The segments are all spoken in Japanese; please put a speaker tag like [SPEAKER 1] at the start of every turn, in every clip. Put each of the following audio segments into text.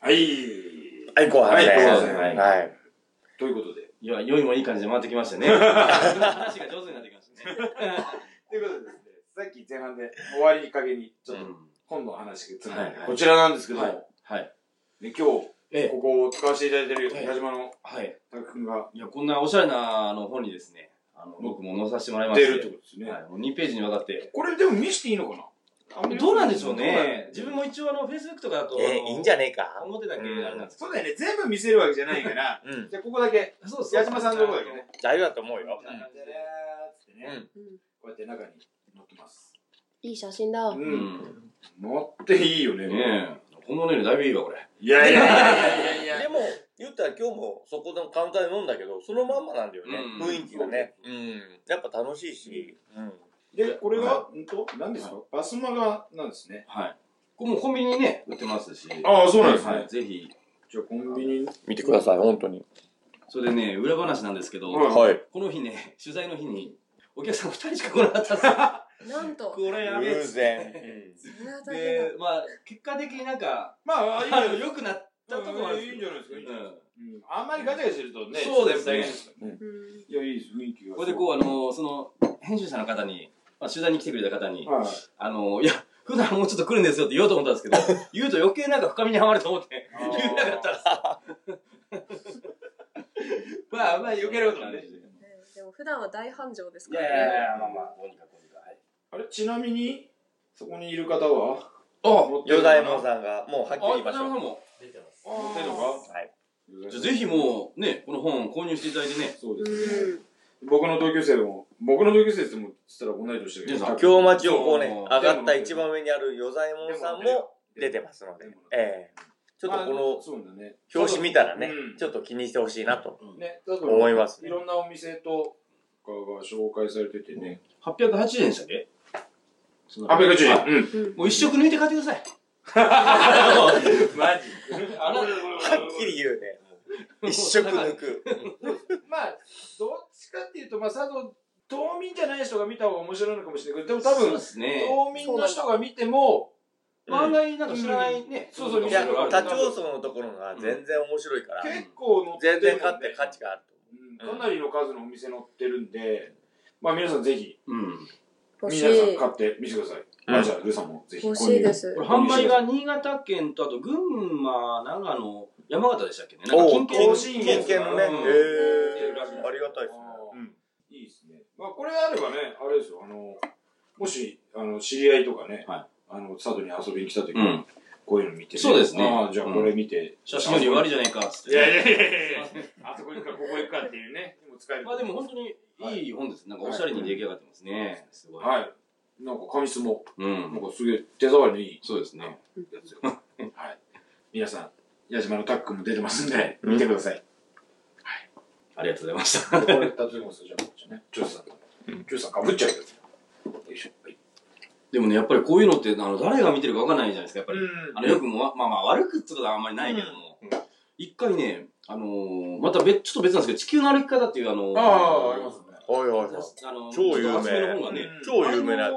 [SPEAKER 1] はい。
[SPEAKER 2] はい、後半ね。
[SPEAKER 1] はい後
[SPEAKER 3] 半ね
[SPEAKER 2] はい。
[SPEAKER 1] ということで。
[SPEAKER 3] いや、良いもいい感じで回ってきましたね。話が上手になってきましたね。
[SPEAKER 1] ということでですね、さっき前半で終わりかけに、ちょっと
[SPEAKER 3] うん
[SPEAKER 1] 本の話がつながって
[SPEAKER 3] はい
[SPEAKER 1] こちらなんですけども、
[SPEAKER 3] はいはい。
[SPEAKER 1] で今日、
[SPEAKER 3] ええ
[SPEAKER 1] ここを使わせていただいてる
[SPEAKER 3] ええ
[SPEAKER 1] 矢島の
[SPEAKER 3] はい。
[SPEAKER 1] 拓くんが
[SPEAKER 3] いや、こんなおしゃれなあの本にですね、あの僕も載させてもらいまし
[SPEAKER 1] 出
[SPEAKER 3] て。
[SPEAKER 1] るってことですね。
[SPEAKER 3] はい。もう2ページにわたって。
[SPEAKER 1] これでも見せていいのかな
[SPEAKER 3] どうなんでしょう
[SPEAKER 1] どなんや
[SPEAKER 3] ね。自分も一応あの、Facebook とかだと。
[SPEAKER 2] えー、いいんじゃ
[SPEAKER 3] ね
[SPEAKER 2] ねえか。
[SPEAKER 3] 表だけあれなんですけ
[SPEAKER 1] そうだよね、全部見せるわけじゃない から、
[SPEAKER 2] うん。
[SPEAKER 1] じゃあここだけ、
[SPEAKER 3] ど。そうそう。
[SPEAKER 1] 矢島さんのとこだけね。
[SPEAKER 2] 大丈夫だと思うよ
[SPEAKER 1] こん。な感じでねーっつってね、
[SPEAKER 2] うん。
[SPEAKER 1] こうやって中に乗ってます。
[SPEAKER 4] いい写真だ。
[SPEAKER 1] う。
[SPEAKER 3] うんん。
[SPEAKER 1] 乗っていいよね。
[SPEAKER 3] ねえ。本物よりだいぶいいわ、これ。
[SPEAKER 1] いやいやいやいやいやい
[SPEAKER 2] で
[SPEAKER 1] や。
[SPEAKER 2] も、言ったら今日もそこのカウンターで飲んだけど、そのまんまなんだよね。
[SPEAKER 3] うん
[SPEAKER 2] 雰囲気がね。うん。やっぱ楽しいし。うん。
[SPEAKER 1] で、これが、んと何ですかバスマガなんですね。
[SPEAKER 3] はい。これもうコンビニにね、売ってますし。
[SPEAKER 1] ああ、そうなんです
[SPEAKER 3] は
[SPEAKER 1] ね
[SPEAKER 3] い。。ぜひ。
[SPEAKER 1] じゃあコンビニ、
[SPEAKER 2] 見てください、本当に。
[SPEAKER 3] それでね、裏話なんですけど、
[SPEAKER 1] はい
[SPEAKER 2] はい。
[SPEAKER 3] この日ね、取材の日に、お客さん2人しか来なかったんですよ。
[SPEAKER 4] なんと。
[SPEAKER 3] これやべえっ
[SPEAKER 2] 偶
[SPEAKER 3] つって
[SPEAKER 2] 然。
[SPEAKER 4] それは大変だ
[SPEAKER 3] で、まあ、結果的になんか、
[SPEAKER 1] まあ、あいいんじゃ
[SPEAKER 3] あ
[SPEAKER 1] ない
[SPEAKER 3] の、
[SPEAKER 1] ですか
[SPEAKER 3] 良くなったとこもある
[SPEAKER 1] いいんじゃないですかいいんじゃない
[SPEAKER 3] うん
[SPEAKER 1] うんあんまりガチャガチャするとね、
[SPEAKER 3] そうですね
[SPEAKER 1] 大変から
[SPEAKER 4] うん。
[SPEAKER 1] いや、いいです、雰囲気が。
[SPEAKER 3] これでこう、あの、その、編集者の方に、まあ、取材に来てくれた方に、
[SPEAKER 1] はい。
[SPEAKER 3] あの、いや、普段もうちょっと来るんですよって言おうと思ったんですけど、 言うと余計なんか深みにはまると思って、
[SPEAKER 1] あー
[SPEAKER 3] 言えなかったんで すよまあ、まあ、余計なことはね。い
[SPEAKER 4] えーでも普段は大繁盛ですか
[SPEAKER 3] や
[SPEAKER 4] ら
[SPEAKER 3] い
[SPEAKER 4] ね。
[SPEAKER 3] やいや、まあまあ、どうにかどうにか。はい
[SPEAKER 1] あれ、ちなみに、そこにいる方は
[SPEAKER 3] あ、
[SPEAKER 2] ヨダイモン
[SPEAKER 1] ん。
[SPEAKER 2] さんが、もうはっきり言いまし
[SPEAKER 3] あ、
[SPEAKER 2] ょう。
[SPEAKER 3] も。
[SPEAKER 1] 持ってるのか
[SPEAKER 2] はい。
[SPEAKER 3] じゃあぜひもう、ね、この本購入していただいてね。
[SPEAKER 1] そう
[SPEAKER 4] う
[SPEAKER 1] ですね。
[SPEAKER 4] ん。
[SPEAKER 1] 僕の同級生も、僕の同級生ってもしたら同い年だけ
[SPEAKER 3] いや
[SPEAKER 1] ど。
[SPEAKER 2] 京町をこうね、
[SPEAKER 3] そう
[SPEAKER 2] 上がった一番上にあるヨダイモンさんも出てますので
[SPEAKER 1] でも。
[SPEAKER 2] ええちょっとこ
[SPEAKER 1] あ
[SPEAKER 2] の
[SPEAKER 1] そうだね。
[SPEAKER 2] 表紙見たらね
[SPEAKER 1] うん、
[SPEAKER 2] ちょっと気にしてほしいなと
[SPEAKER 1] ね、だから
[SPEAKER 2] 思います
[SPEAKER 1] い
[SPEAKER 2] ね。
[SPEAKER 1] ろんなお店とかが紹介されててね。
[SPEAKER 3] 880円でしたっけ
[SPEAKER 1] 810
[SPEAKER 3] はい
[SPEAKER 1] 円。
[SPEAKER 4] うん。
[SPEAKER 3] もう一食抜いて買ってく ださい。
[SPEAKER 1] うん。マジ
[SPEAKER 3] あの
[SPEAKER 2] はっきり言うね。一色抜く。
[SPEAKER 1] まあ、どっちかっていうと、まあ、佐藤、島民じゃない人が見た方が面白いのかもしれないけど、でも多
[SPEAKER 3] そう
[SPEAKER 1] 分、
[SPEAKER 3] ですね。
[SPEAKER 1] 島民の人が見ても、
[SPEAKER 3] 案外なんか知らないね。
[SPEAKER 1] うんそうそう
[SPEAKER 2] いや、
[SPEAKER 1] 面白い
[SPEAKER 2] 他町村のところが全然面白いから、
[SPEAKER 1] 結構乗ってる
[SPEAKER 2] 全
[SPEAKER 1] もんね
[SPEAKER 2] 然勝って価値があると
[SPEAKER 1] うんかなりの数のお店乗ってるんで、まあ皆さんぜひ、
[SPEAKER 3] うん。
[SPEAKER 4] 欲し
[SPEAKER 1] 皆さん
[SPEAKER 4] い。
[SPEAKER 1] 買ってみてください。
[SPEAKER 2] うん
[SPEAKER 1] あじゃあ、ルーさんもぜひ。
[SPEAKER 4] 欲しいで。す
[SPEAKER 3] こ。れ販売が新潟県とあと群馬、長野、山形でしたっけね。なんか近
[SPEAKER 1] お
[SPEAKER 3] 県
[SPEAKER 1] う近
[SPEAKER 2] 県県のね、
[SPEAKER 3] う
[SPEAKER 2] へ
[SPEAKER 3] ん
[SPEAKER 2] ー、ありがたいですね。
[SPEAKER 1] いいですね。まあこれあればね、あれですよ、あの、もし、あの、知り合いとかね、
[SPEAKER 3] は
[SPEAKER 1] あの、佐渡に遊びに来た時
[SPEAKER 3] う
[SPEAKER 1] に
[SPEAKER 3] ん、
[SPEAKER 1] こういうの見て、
[SPEAKER 3] そうですね
[SPEAKER 1] ああ、じゃあこれ見て。
[SPEAKER 3] 写真より悪いじゃないかっつって。
[SPEAKER 1] いやいやいやいや、 あそこ行くか、ここ行くかっていうね、でも使える。
[SPEAKER 3] まあでも本当にいい本です。なんかおしゃれに出来上がってますね。すごい。
[SPEAKER 1] はい。なんか紙質も、
[SPEAKER 3] う
[SPEAKER 1] なん
[SPEAKER 3] ん。
[SPEAKER 1] かすげえ手触りのいい
[SPEAKER 3] そうですね。
[SPEAKER 1] やつよ。はい。皆さん、矢島のタックも出てますんで、見てください。
[SPEAKER 3] ありがとうございました。
[SPEAKER 1] これ、例えますよ、じゃあ、こっちね。 ジュースさん。ジュースさん、かぶっちゃうよ。よいしょ。はい
[SPEAKER 3] でもね、やっぱりこういうのって、あの、誰が見てるかわかんないじゃないですか。やっぱり。
[SPEAKER 1] うん
[SPEAKER 3] あの、よくもわ、まあまあ、悪くってことはあんまりないけども
[SPEAKER 2] うん、
[SPEAKER 3] 一、回ね、あのー、また別、ちょっと別なんですけど、地球の歩き方っていう、あのー、
[SPEAKER 1] ああ、ありますね。
[SPEAKER 2] はいはいはい。
[SPEAKER 3] あのー、
[SPEAKER 2] 超有名
[SPEAKER 3] ちょっと厚めの本がね、
[SPEAKER 1] うん
[SPEAKER 2] 超有名なやつ。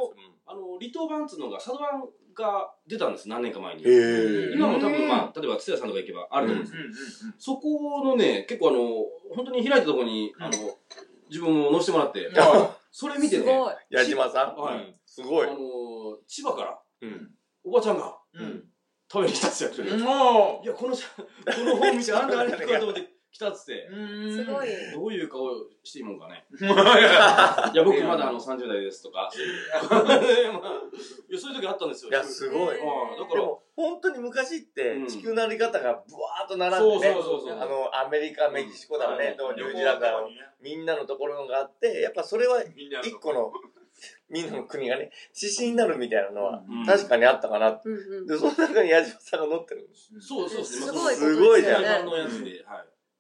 [SPEAKER 3] あのー、離島版っつうのが、佐渡版が出たんです、何年か前に。
[SPEAKER 2] へー
[SPEAKER 3] 今も多分、まあ、例えば、つやさんとか行けばあると思うんです、
[SPEAKER 1] うんうんうん
[SPEAKER 3] そこのね、結構あのー、本当に開いたところに、あの、自分も載せてもらって、
[SPEAKER 1] あ
[SPEAKER 3] それ見て
[SPEAKER 4] す
[SPEAKER 3] ね、
[SPEAKER 4] ごい。
[SPEAKER 2] 矢島さん、
[SPEAKER 3] はい
[SPEAKER 2] す
[SPEAKER 3] あ
[SPEAKER 2] ごい
[SPEAKER 3] のー。、千葉から、
[SPEAKER 2] うん
[SPEAKER 3] おばちゃんが
[SPEAKER 1] うん
[SPEAKER 3] 食べに来たんですよ。
[SPEAKER 1] も
[SPEAKER 3] いや、このし、 この本見て、あんたあれ聞こえと思って来たっつって
[SPEAKER 1] う。ん
[SPEAKER 4] すごい。
[SPEAKER 3] どういう顔していいもん かね。
[SPEAKER 1] い
[SPEAKER 3] いや、僕まだあの30代ですとか。そういうまあいやそういう時あったんですよ。
[SPEAKER 2] いや、すごい
[SPEAKER 4] え。
[SPEAKER 3] うんだか
[SPEAKER 2] で
[SPEAKER 3] ら、
[SPEAKER 2] も、本当に昔って
[SPEAKER 3] う、ん
[SPEAKER 2] 地球のあり方がブワーっと並
[SPEAKER 3] そ
[SPEAKER 2] んで
[SPEAKER 3] うそ
[SPEAKER 2] ね
[SPEAKER 3] う、そうそう。
[SPEAKER 2] あの、アメリカ、メキシコだろうね、
[SPEAKER 3] うん
[SPEAKER 2] ニュージーランドだろう、みんなのところのがあって、やっぱそれは
[SPEAKER 1] みんな
[SPEAKER 2] 一個の、みんなの国がね、指針になるみたいなのは、
[SPEAKER 3] うん
[SPEAKER 2] 確かにあったかなって。
[SPEAKER 4] うんうん。
[SPEAKER 2] で、その中に矢島さんが乗ってるんです。
[SPEAKER 3] そうそうですね。まあ
[SPEAKER 2] すごいじ
[SPEAKER 4] ことで
[SPEAKER 2] ゃ
[SPEAKER 4] す
[SPEAKER 2] ん
[SPEAKER 4] よ
[SPEAKER 3] 台湾
[SPEAKER 4] ね
[SPEAKER 3] のやつで、はい。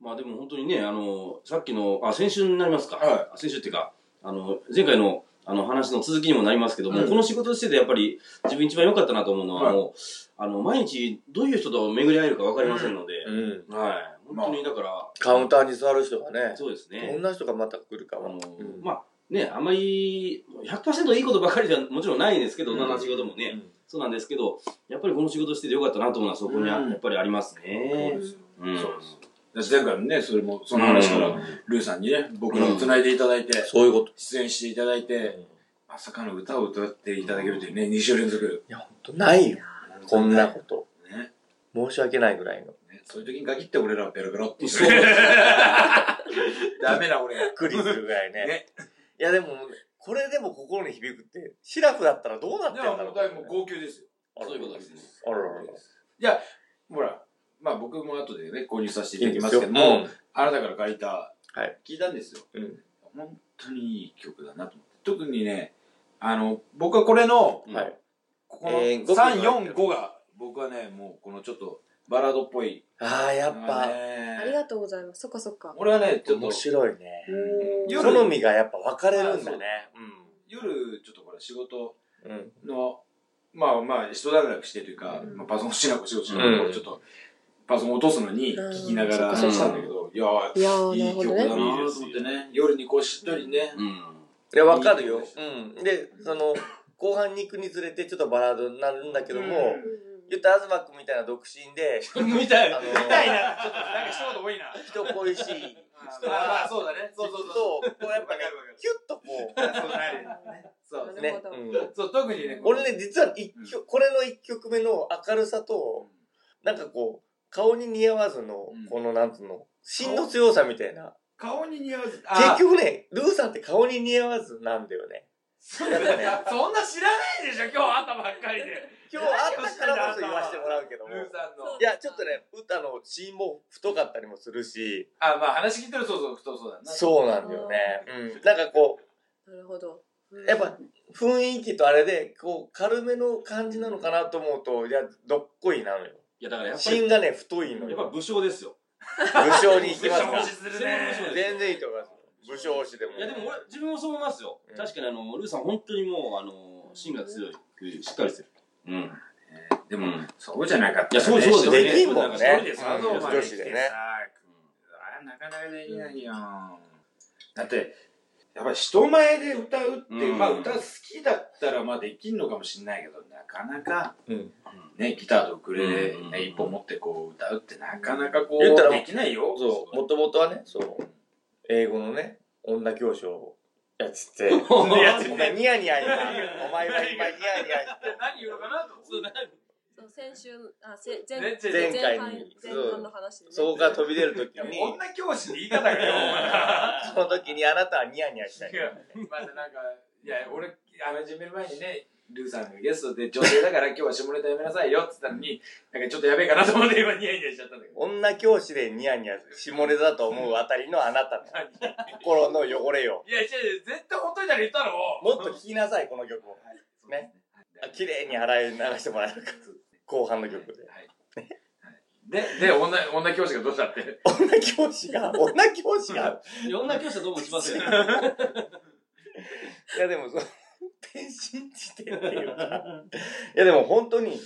[SPEAKER 3] まあでも本当にね、あの、さっきの、あ、先週になりますか。
[SPEAKER 1] は
[SPEAKER 3] 先週っていうか、あの、前回の、あの話の続きにもなりますけども、
[SPEAKER 1] うん
[SPEAKER 3] この仕事しててやっぱり自分一番良かったなと思うのは、
[SPEAKER 1] はい
[SPEAKER 3] もう、あの、毎日どういう人と巡り合えるか分かりませんので、
[SPEAKER 2] うん。
[SPEAKER 3] はい。
[SPEAKER 1] まあ
[SPEAKER 3] 本当にだから、
[SPEAKER 2] カウンターに座る人がね、
[SPEAKER 3] そうですね。
[SPEAKER 2] どんな人がまた来るか
[SPEAKER 3] あ
[SPEAKER 2] は。
[SPEAKER 3] の
[SPEAKER 2] うん
[SPEAKER 3] まあね、あまり100%いいことばかりじゃもちろんないですけど、
[SPEAKER 2] うん
[SPEAKER 3] どんな仕事もね、
[SPEAKER 2] うん
[SPEAKER 3] そうなんですけど、やっぱりこの仕事しててよかったなと思うのはそこにあ
[SPEAKER 1] うん
[SPEAKER 3] やっぱりありますね。うん
[SPEAKER 1] そうです私前回もね、それも、その話から、ルーさんにね、僕らを繋いでいただいて、
[SPEAKER 2] そういうこと。
[SPEAKER 1] 出演していただいて、まさかの歌を歌っていただけるというね、2週連続。
[SPEAKER 2] いや、ほんとないよ。こんなこと。
[SPEAKER 1] ね。
[SPEAKER 2] 申し訳ないぐらいの。
[SPEAKER 1] ねそういう時に限って俺らはベロベロっていう。
[SPEAKER 2] そうびっ
[SPEAKER 1] ダメな俺。ね。
[SPEAKER 2] くりするぐらい ね。いや、でも、これでも心に響くって、シラフだったらどうなっ
[SPEAKER 1] で
[SPEAKER 2] てんだ
[SPEAKER 1] も
[SPEAKER 2] ろ
[SPEAKER 1] も
[SPEAKER 2] う
[SPEAKER 1] う、だいぶ号泣ですよ。
[SPEAKER 2] あら
[SPEAKER 3] そういうことですね。
[SPEAKER 2] あららら。
[SPEAKER 1] いや、ほら、まあ僕も後でね、購入させていただきます
[SPEAKER 2] よ
[SPEAKER 1] けども、あなたから借りた、
[SPEAKER 2] はい
[SPEAKER 1] 聞いたんですよ。
[SPEAKER 2] うん
[SPEAKER 1] 本当にいい曲だなと思って。特にね、あの、僕はこれの、
[SPEAKER 2] うんはい。
[SPEAKER 1] ここの
[SPEAKER 2] えー
[SPEAKER 1] 3、4、
[SPEAKER 2] 5
[SPEAKER 1] 5が、僕はね、もうこのちょっとバラードっぽい。
[SPEAKER 2] ああ、やっぱ、
[SPEAKER 1] ね
[SPEAKER 4] ありがとうございます。そっかそっか。
[SPEAKER 1] 俺はね、ちょっと
[SPEAKER 2] 面、白いね。
[SPEAKER 1] うん夜
[SPEAKER 2] 好みがやっぱ分かれるんだね。
[SPEAKER 1] 夜、ちょっとこれ仕事
[SPEAKER 2] うん。うん。
[SPEAKER 1] の、まあまあ、一段落してというか、
[SPEAKER 4] うん
[SPEAKER 1] まあ、パソコンしながら仕事しながら、
[SPEAKER 2] うん
[SPEAKER 1] これちょっと、パソコン落とすのに
[SPEAKER 4] うん
[SPEAKER 1] 聞きながら
[SPEAKER 2] そっかそっか
[SPEAKER 1] したんだけど、いやー、
[SPEAKER 4] いやー、ないる
[SPEAKER 1] い
[SPEAKER 4] ほ
[SPEAKER 1] 曲だ
[SPEAKER 4] ど
[SPEAKER 1] な
[SPEAKER 4] ね。
[SPEAKER 1] と思ってね、夜にこうしっとりね、
[SPEAKER 3] うん。
[SPEAKER 2] いや、分かるよ
[SPEAKER 1] いいとこ。
[SPEAKER 2] うん。で、その、後半に行くにつれてちょっとバラードになるんだけども、
[SPEAKER 1] うん
[SPEAKER 2] 言ったら東君みたいな独 身で、
[SPEAKER 1] みたい
[SPEAKER 2] あのー
[SPEAKER 1] みたいな。ちょっと、なんか一言多いな。
[SPEAKER 2] 人恋しい人
[SPEAKER 1] まあまあ、
[SPEAKER 2] が、
[SPEAKER 1] そうだね。 そうそうそう。
[SPEAKER 2] そうこうやっぱね、キュッとこう、
[SPEAKER 1] そうなるよねそう
[SPEAKER 4] な
[SPEAKER 1] ね。
[SPEAKER 4] る
[SPEAKER 2] ね
[SPEAKER 4] ほど。
[SPEAKER 2] うん
[SPEAKER 1] そう、特にね、
[SPEAKER 2] 俺ね、実は一曲、これの一曲目の明るさと、なんかこう、顔に似合わずの
[SPEAKER 1] うん、
[SPEAKER 2] このなんつうの、芯の強さみたいな。
[SPEAKER 1] 顔に似合わず。
[SPEAKER 2] 結局ね、ルーさんって顔に似合わずなんだよね。
[SPEAKER 1] そうだね。そんな知らないでしょ、今日会ったばっかりで。
[SPEAKER 2] 今日あったからこそ言わせてもらうけども。
[SPEAKER 1] ルーさんの
[SPEAKER 2] い。や、ちょっとね、歌のシーンも太かったりもするし、
[SPEAKER 1] あ、まあ話聞いてるそうそう、そうそうだな。
[SPEAKER 2] そうなんだよね。うん。なんかこ
[SPEAKER 4] なるほど。うん
[SPEAKER 2] う、やっぱ、雰囲気とあれで、こう、軽めの感じなのかなと思うと、いや、どっこいなのよ。
[SPEAKER 3] いや、だからやっぱり、や
[SPEAKER 2] 芯がね、太いの
[SPEAKER 3] っぱ
[SPEAKER 2] よ。
[SPEAKER 3] 武将ですよ。
[SPEAKER 2] 武将に行きます
[SPEAKER 1] めっちゃ
[SPEAKER 2] か
[SPEAKER 1] 推しするね。
[SPEAKER 2] 全然いいと思います。武将推しでも。
[SPEAKER 3] いや、でも俺、自分もそう思いますよ
[SPEAKER 2] う。ん
[SPEAKER 3] 確かに、あの、ルーさん本当にもう、あの、芯が強い、しっかりしてる。うん。
[SPEAKER 1] で
[SPEAKER 3] も
[SPEAKER 1] そうじゃなかった
[SPEAKER 3] らね
[SPEAKER 2] そうできんもんね
[SPEAKER 1] 一人でさ、
[SPEAKER 2] うん
[SPEAKER 1] どうまで
[SPEAKER 2] 女子でね
[SPEAKER 1] あなかなかできないよ。だって、やっぱり人前で歌うって、
[SPEAKER 3] うん
[SPEAKER 1] まあ歌好きだったらまあできんのかもしれないけど、なかなか、
[SPEAKER 2] うん
[SPEAKER 1] ね、ギターとウクレレ
[SPEAKER 3] うん
[SPEAKER 1] ね一本持ってこう歌うってなかなかこう、
[SPEAKER 2] 言ったら
[SPEAKER 1] できないよ。
[SPEAKER 2] そう、もともとはね、そう、英語のね、女教師をやってて、
[SPEAKER 1] いや
[SPEAKER 2] お前ニヤニヤ今、お前は今ニヤニヤして。
[SPEAKER 1] 何言うのかなと思って
[SPEAKER 4] そう先週、あ、せ前
[SPEAKER 1] ね
[SPEAKER 2] 前
[SPEAKER 4] 前
[SPEAKER 2] 回
[SPEAKER 4] 半
[SPEAKER 2] に
[SPEAKER 4] 前半の話でね。
[SPEAKER 2] そうが飛び出るとき
[SPEAKER 1] いや
[SPEAKER 2] に、
[SPEAKER 1] 女教師の言い方がよ、お前
[SPEAKER 2] その時にあなたはニヤニヤしたい
[SPEAKER 1] い。や、 まだなんか、いや、俺、あの、始める前にね、ルーさんがゲストで女性だから今日は下ネタやめなさいよって言ったのに、なんかちょっとやべえかなと思って今ニヤニヤしちゃったんだけど。
[SPEAKER 2] 女教師でニヤニヤ、下ネタだと思うあたりのあなたの
[SPEAKER 1] 何
[SPEAKER 2] 心の汚れよ。
[SPEAKER 1] いや、違う違う、絶対本当になら言ったろ
[SPEAKER 2] もっと聴きなさい、この曲を。ね。あ綺麗に洗い流してもらえるか。後半の曲で。
[SPEAKER 1] はい。で、で、女、女教師がどうしたって。
[SPEAKER 2] 女教師が、女教師が、
[SPEAKER 3] いろんな教師はどうもしま すよ。
[SPEAKER 2] いやでもその、転身地点っていうか、いやでも本当に、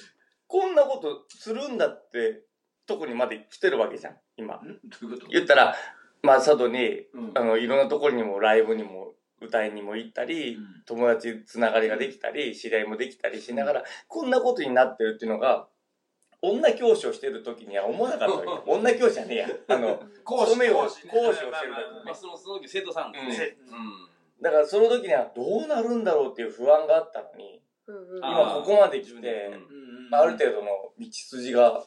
[SPEAKER 2] こんなことするんだって、とこにまで来てるわけじゃん、今。
[SPEAKER 1] んどういうこと
[SPEAKER 2] 言ったら、まあ佐渡に、
[SPEAKER 1] うん
[SPEAKER 2] あの、いろんなところにもライブにも歌いにも行ったり、友達つながりができたり、知り合いもできたりしながら、こんなことになってるっていうのが、女教師をしてる時には思わなかったわけよ。女教師じゃねえや。あの、
[SPEAKER 1] 講
[SPEAKER 2] 勤めを講師をしてる
[SPEAKER 3] まあ、その、その時生徒さんですね。う
[SPEAKER 2] だからその時にはどうなるんだろうっていう不安があったのに、
[SPEAKER 4] うんうん。
[SPEAKER 3] あー
[SPEAKER 2] 今ここまで来
[SPEAKER 3] ん。
[SPEAKER 2] て、
[SPEAKER 1] うん
[SPEAKER 2] まあ、ある程度の道筋が、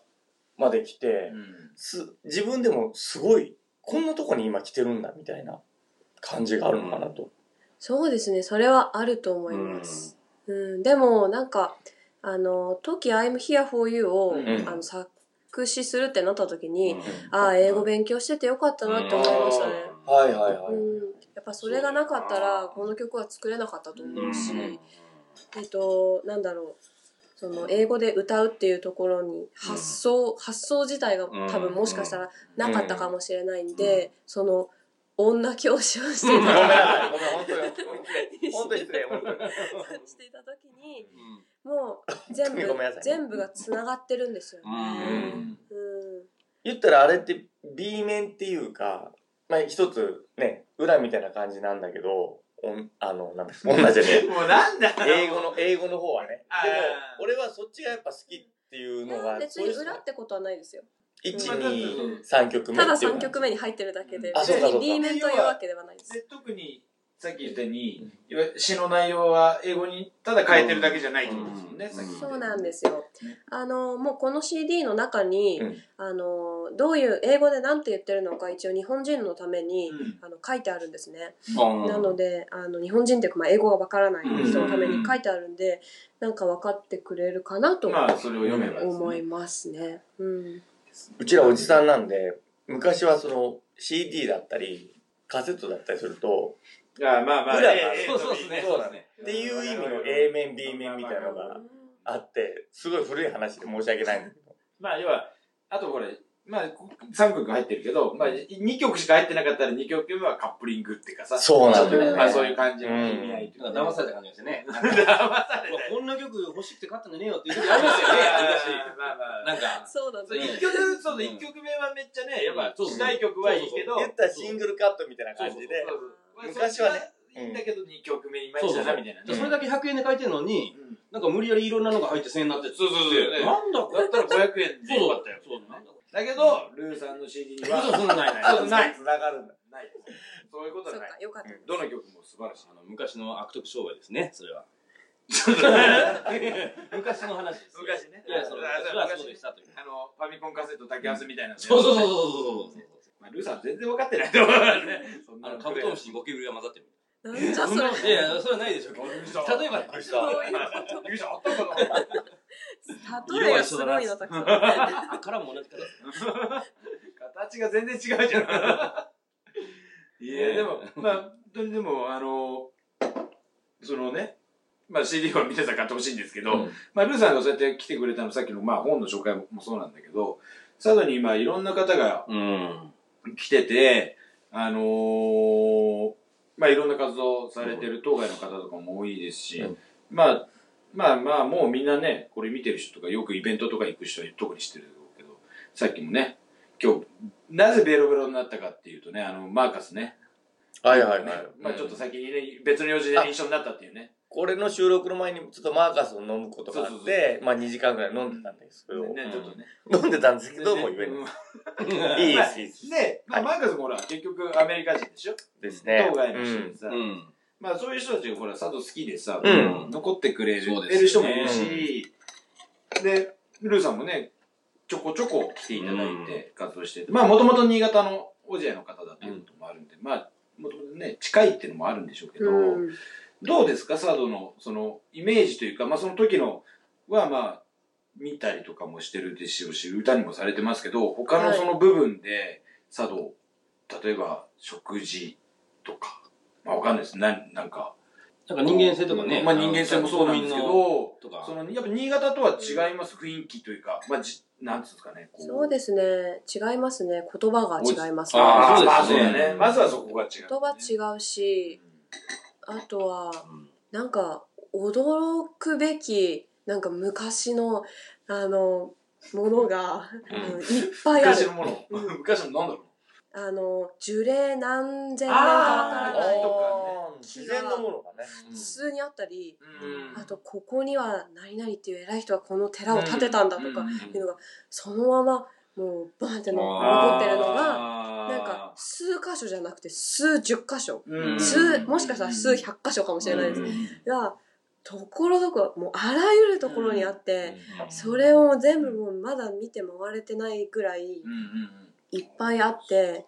[SPEAKER 2] まで来て、
[SPEAKER 1] うん
[SPEAKER 2] す、自分でもすごい、こんなとこに今来てるんだ、みたいな感じがあるのかなと。
[SPEAKER 4] そうですね、それはあると思います。うん、でも、なんか、あの、時 I'm here for you を、
[SPEAKER 1] うん
[SPEAKER 4] あの、作詞するってなった時に、
[SPEAKER 2] ん
[SPEAKER 4] ああ、英語勉強しててよかったなって思いましたね。
[SPEAKER 2] はいはいは
[SPEAKER 4] う
[SPEAKER 2] い。
[SPEAKER 4] ん、やっぱそれがなかったら
[SPEAKER 3] そう、
[SPEAKER 4] この曲は作れなかったと思うし、
[SPEAKER 2] うん
[SPEAKER 4] えっと、なんだろう。その英語で歌うっていうところに発想、発想自体が多分もしかしたらなかったかもしれないんで、その女教師をしてい
[SPEAKER 2] ごめん
[SPEAKER 4] た
[SPEAKER 2] なさい、ごめん、本当よ。本当に失 礼、本当に。
[SPEAKER 4] していた時にもう全部
[SPEAKER 2] ごめんなさい
[SPEAKER 4] 全部がつながってるんですよね。
[SPEAKER 1] うん
[SPEAKER 4] うん
[SPEAKER 2] 言ったらあれって B 面っていうか、まあ一つね、裏みたいな感じなんだけど、おんあの、なんだ、女じゃね え。
[SPEAKER 1] もうなんだ
[SPEAKER 2] 英語の、英語の方はね。
[SPEAKER 1] あー
[SPEAKER 2] でも、俺はそっちがやっぱ好きっていうのが、
[SPEAKER 4] 別に裏ってことはないですよ。
[SPEAKER 2] 1、
[SPEAKER 4] まあ
[SPEAKER 2] 2、3曲目
[SPEAKER 4] ただ
[SPEAKER 2] っていうの
[SPEAKER 4] 3
[SPEAKER 2] は
[SPEAKER 4] 曲目に入ってるだけで、
[SPEAKER 2] あそうかそうか
[SPEAKER 4] B 面というわけではないです。
[SPEAKER 1] で特にさっき言ったようにいわゆる詩の内容は英語にただ変えてるだけじゃないってことですもんね、
[SPEAKER 3] うん
[SPEAKER 1] さっき言った
[SPEAKER 4] そ
[SPEAKER 1] よ
[SPEAKER 4] う
[SPEAKER 1] に
[SPEAKER 4] なんですよ。あの、もうこの CD の中に、
[SPEAKER 2] うん
[SPEAKER 4] あの、どういう、英語で何て言ってるのか一応日本人のために、
[SPEAKER 1] うん
[SPEAKER 4] あの書いてあるんですね。
[SPEAKER 3] うん
[SPEAKER 4] なので、あの、日本人っていうか、まあ、英語がわからない人のために書いてあるんで、なんか分かってくれるかなと
[SPEAKER 1] まあそれを読めばですね
[SPEAKER 4] 思いますね。うん。
[SPEAKER 2] うちらおじさんなんで、昔はその CD だったり、カセットだったりすると、
[SPEAKER 1] あまあまあ
[SPEAKER 2] 裏が
[SPEAKER 1] ええ
[SPEAKER 3] そうそうですね。
[SPEAKER 2] そうだ
[SPEAKER 3] です
[SPEAKER 2] っ
[SPEAKER 3] ね。
[SPEAKER 2] ていう意味の A 面、B 面みたいなのがあって、すごい古い話で申し訳ないんだけど。
[SPEAKER 1] まあ要はあとこれまあ3曲入ってるけど、まあ、2曲しか入ってなかったら2曲目はカップリングっていうかさ
[SPEAKER 2] そうなんだよね
[SPEAKER 1] ちょっとまあ、そういう感じの意味合いっていう
[SPEAKER 3] な
[SPEAKER 1] か
[SPEAKER 3] んか騙された感じですよね。
[SPEAKER 1] 騙さ
[SPEAKER 3] う
[SPEAKER 1] れ
[SPEAKER 3] わ
[SPEAKER 1] たよ、
[SPEAKER 3] こんな曲欲しくて買ったのねえよっていう時ありますよね
[SPEAKER 1] まあまあ
[SPEAKER 3] 昔。なんか、
[SPEAKER 4] そうだ
[SPEAKER 1] そう
[SPEAKER 4] ね。
[SPEAKER 1] 一曲そう一曲目はめっちゃねやっぱ
[SPEAKER 3] うん
[SPEAKER 1] したい曲はいいけど
[SPEAKER 2] 言ったらシングルカットみたいな感じで
[SPEAKER 1] そ、うそうそう
[SPEAKER 2] 昔はね
[SPEAKER 1] そっちはいいんだけど2曲目いまいちだなみたいなね
[SPEAKER 3] それだけ100円で買いてるのに、
[SPEAKER 1] うん
[SPEAKER 3] なんか無理やりいろんなのが入って1000円になってて
[SPEAKER 1] そうそうそうね
[SPEAKER 3] なんだこれ。
[SPEAKER 1] だったら500円でよかったよ
[SPEAKER 3] そうなんだこ
[SPEAKER 1] だけどルーさんの CD に
[SPEAKER 3] れ。そう
[SPEAKER 1] は
[SPEAKER 3] そうないない。
[SPEAKER 1] そうない
[SPEAKER 2] 繋がるんだ。
[SPEAKER 1] ないそういうことは
[SPEAKER 4] そっ
[SPEAKER 1] ない
[SPEAKER 4] か、よかった。
[SPEAKER 1] どの曲も素晴らしい
[SPEAKER 3] あの昔の悪徳商売ですね、それは。昔の話です。
[SPEAKER 1] 昔ね
[SPEAKER 3] いや、それはそうでしたという。
[SPEAKER 1] あのファミコンカセット竹安みたいな
[SPEAKER 3] そうそうそ
[SPEAKER 1] う
[SPEAKER 3] うそうそう。
[SPEAKER 1] まあルーさん全然分かってないと思うからねそんな
[SPEAKER 3] あの、
[SPEAKER 1] の
[SPEAKER 3] カブト ムシにゴキブリが混ざってる。
[SPEAKER 4] なんじゃそれ。
[SPEAKER 3] いやいや、それはないでしょうけど。例えば、
[SPEAKER 2] びっくり し
[SPEAKER 1] そ
[SPEAKER 2] た
[SPEAKER 1] ういうことびっくりしたあったかな
[SPEAKER 4] 例えがすごいな、たくさん。
[SPEAKER 3] からも同じ方です。
[SPEAKER 1] 形が全然違うじゃん。いや、でも、まあ、本当にでも、あの、そのね、まあ CD は皆さん買ってほしいんですけど、まあ、ルーさんがそうやって来てくれたの、さっきの、まあ、本の紹介もそうなんだけど、佐渡に今、いろんな方が
[SPEAKER 3] うん。
[SPEAKER 1] 来てて、あのーまあ、いろんな活動されてる当該の方とかも多いですし、
[SPEAKER 2] うん
[SPEAKER 1] まあ、まあまあ、もうみんなね、これ見てる人とか、よくイベントとか行く人は特に知ってるだろうけど、さっきもね、今日、なぜベロベロになったかっていうとね、あの、マーカスね、
[SPEAKER 2] はいはいはい。
[SPEAKER 1] まあちょっと先にね、別の用事で一緒になったっていうね、
[SPEAKER 2] これの収録の前にちょっとマーカスを飲むことがあ
[SPEAKER 1] そうそ
[SPEAKER 2] っ
[SPEAKER 1] うそ
[SPEAKER 2] て、まあ2時間ぐらい飲んでたんですけど、
[SPEAKER 1] ね、ちょっとね。
[SPEAKER 2] 飲んでたんですけ ど、もう言えない。いいです、いいです。
[SPEAKER 1] で、まあ、マーカスもほら、結局アメリカ人でしょ
[SPEAKER 2] ですね。
[SPEAKER 1] 当該の人でさ、
[SPEAKER 3] うん。
[SPEAKER 1] まあそういう人たちがほら、佐渡好きでさ、
[SPEAKER 2] うん
[SPEAKER 1] 残ってくれる
[SPEAKER 3] そう
[SPEAKER 1] る
[SPEAKER 3] です
[SPEAKER 1] 人
[SPEAKER 3] よ
[SPEAKER 1] もい
[SPEAKER 3] ね
[SPEAKER 1] るし、で、ルーさんもね、ちょこちょこ来ていただいて活動してて、まあもともと新潟のおじやの方だっていうこともあるんで、まあ、もともとね、近いっていうのもあるんでしょうけど、
[SPEAKER 4] うん。
[SPEAKER 1] どうですか佐渡のそのイメージというか、まあ、その時のはまあ見たりとかもしてるでしょうし歌にもされてますけど他の
[SPEAKER 4] はい
[SPEAKER 1] その部分で佐渡、例えば食事とか、まあ、わかんないですなんなんか
[SPEAKER 3] なんか人間性とかね。
[SPEAKER 1] まあ、人間性もそうなんですけ
[SPEAKER 3] 国民の。
[SPEAKER 1] ど
[SPEAKER 3] とか
[SPEAKER 1] そのやっぱ新潟とは違います雰囲気というか、まあ、じなんつうんですかねこ
[SPEAKER 4] そうですね。違いますね。言葉が違いますね。
[SPEAKER 1] ああまあ
[SPEAKER 3] そ
[SPEAKER 1] そう
[SPEAKER 3] うです
[SPEAKER 1] だ
[SPEAKER 3] ね
[SPEAKER 1] ねまずはそこが違う、
[SPEAKER 4] 言葉違うし、あとは、なんか、驚くべき、なんか昔の、あの、ものが、うんいっぱいあ
[SPEAKER 1] 昔
[SPEAKER 4] る
[SPEAKER 1] の。もの、昔のなんだろ
[SPEAKER 4] あの、樹齢何千年かわから
[SPEAKER 1] あ
[SPEAKER 4] ない
[SPEAKER 1] ー。
[SPEAKER 2] おー自然のものがね。
[SPEAKER 4] 普通にあったり、
[SPEAKER 1] う、
[SPEAKER 4] あと、ここには何々っていう偉い人はこの寺を建てたんだと
[SPEAKER 1] う
[SPEAKER 4] か、
[SPEAKER 1] ん
[SPEAKER 4] いうのが、そのまま、もう、バーンっての残
[SPEAKER 3] あー
[SPEAKER 4] ってるのが、
[SPEAKER 1] が
[SPEAKER 4] なんか、数箇所じゃなくて、数十箇所。
[SPEAKER 1] うん
[SPEAKER 4] 数、もしかしたら数百箇所かもしれないです。が、ところどころ、もうあらゆるところにあって、それを全部もうまだ見て回れてないぐらい
[SPEAKER 1] うんうんうん
[SPEAKER 4] いっぱいあって、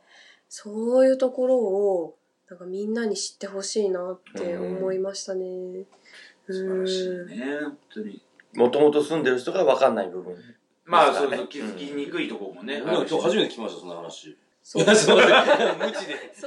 [SPEAKER 4] そういうところを、なんかみんなに知ってほしいなって思いましたね。
[SPEAKER 1] 素晴らし
[SPEAKER 4] うん
[SPEAKER 1] いね本当に
[SPEAKER 2] もともと住んでる人が分かんない部分。
[SPEAKER 1] まあ
[SPEAKER 2] です
[SPEAKER 1] そう
[SPEAKER 2] からね
[SPEAKER 1] そう気づきにくいとこもね、
[SPEAKER 3] なん
[SPEAKER 1] ある
[SPEAKER 3] か
[SPEAKER 1] し
[SPEAKER 3] 今日初めて聞きました、その話。
[SPEAKER 4] そう
[SPEAKER 3] そう無知で。
[SPEAKER 4] そうですか。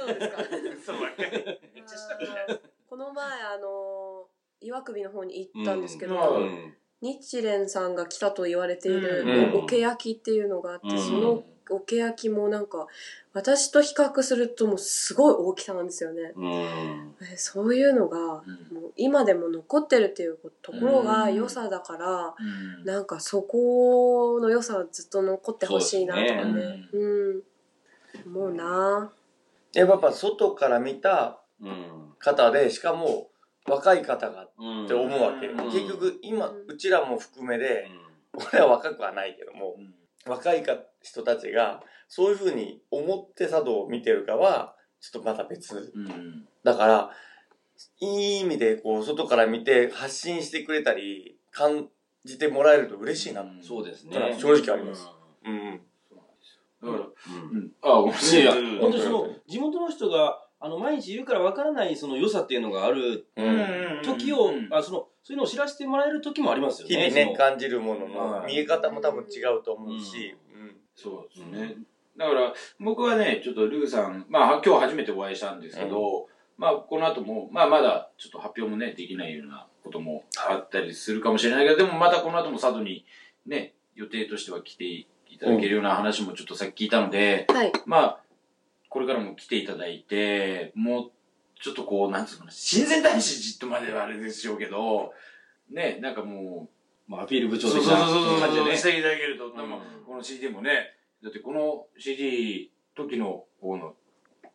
[SPEAKER 1] そうだねめっちゃしたくない
[SPEAKER 4] あーこの前、あの、岩首の方に行ったんですけど、
[SPEAKER 1] うん
[SPEAKER 3] うん。
[SPEAKER 4] 日蓮さんが来たと言われてい
[SPEAKER 2] うん
[SPEAKER 4] るおけ焼きっていうのがあって、
[SPEAKER 3] うん
[SPEAKER 4] そのおけ焼きもなんか私と比較するともうすごい大きさなんですよね。
[SPEAKER 3] うん。
[SPEAKER 4] えそういうのが
[SPEAKER 1] うん
[SPEAKER 4] もう今でも残ってるっていうところ
[SPEAKER 1] う
[SPEAKER 4] が
[SPEAKER 1] ん
[SPEAKER 4] 良さだから、
[SPEAKER 1] うん
[SPEAKER 4] なんかそこの良さはずっと残ってほしいなとか
[SPEAKER 1] そう
[SPEAKER 4] ね
[SPEAKER 1] ですね
[SPEAKER 4] うん思うな
[SPEAKER 2] やっぱ外から見た
[SPEAKER 3] うん。
[SPEAKER 2] 方で、しかも若い方がっ
[SPEAKER 3] うん。
[SPEAKER 2] て思うわけ。
[SPEAKER 1] うん
[SPEAKER 2] 結局今
[SPEAKER 4] うん、
[SPEAKER 2] うちらも含め
[SPEAKER 3] う
[SPEAKER 2] で、
[SPEAKER 3] ん
[SPEAKER 2] 俺は若くはないけども、
[SPEAKER 1] うん
[SPEAKER 2] 若いか人たちがそういうふうに思って茶道を見てるかは、ちょっとまた別。
[SPEAKER 1] うん
[SPEAKER 2] だから、いい意味でこう、外から見て発信してくれたり、感じてもらえると嬉しいな。
[SPEAKER 1] うん
[SPEAKER 3] そうです
[SPEAKER 2] だから
[SPEAKER 3] ね。
[SPEAKER 2] 正直あります。うん。
[SPEAKER 1] だから
[SPEAKER 3] うん。
[SPEAKER 1] うんあごめんなさいや
[SPEAKER 3] うん本当にその、地元の人が、あの、毎日いるからわからないその良さっていうのがある
[SPEAKER 2] うん。
[SPEAKER 3] 時を、
[SPEAKER 1] うん
[SPEAKER 3] あ、その、そういうのを知らせてもらえる時もありますよね。
[SPEAKER 2] 日々
[SPEAKER 3] そ
[SPEAKER 2] ね
[SPEAKER 3] の、
[SPEAKER 2] 感じるものの
[SPEAKER 1] うん
[SPEAKER 2] 見え方も多分違うと思うし。
[SPEAKER 1] そうですね。だから、僕はね、ちょっとルーさん、まあ、今日初めてお会いしたんですけど、まあ、この後も、まあ、まだ、ちょっと発表もね、できないようなこともあったりするかもしれないけど、でも、またこの後も佐渡に、ね、予定としては来ていただけるような話もちょっとさっき聞いたので、
[SPEAKER 4] はい。
[SPEAKER 1] まあ、これからも来ていただいて、もう、ちょっとこう、なんつうのかな、親善大使とまではあれでしょうけど、ね、なんかもう、
[SPEAKER 3] まあ、アピール部長
[SPEAKER 1] そう
[SPEAKER 3] 的
[SPEAKER 1] そう
[SPEAKER 3] な
[SPEAKER 1] そうそう
[SPEAKER 3] 感じでね。
[SPEAKER 1] していただけると、でも
[SPEAKER 3] うん
[SPEAKER 1] この CD もねだってこの CD 時の方の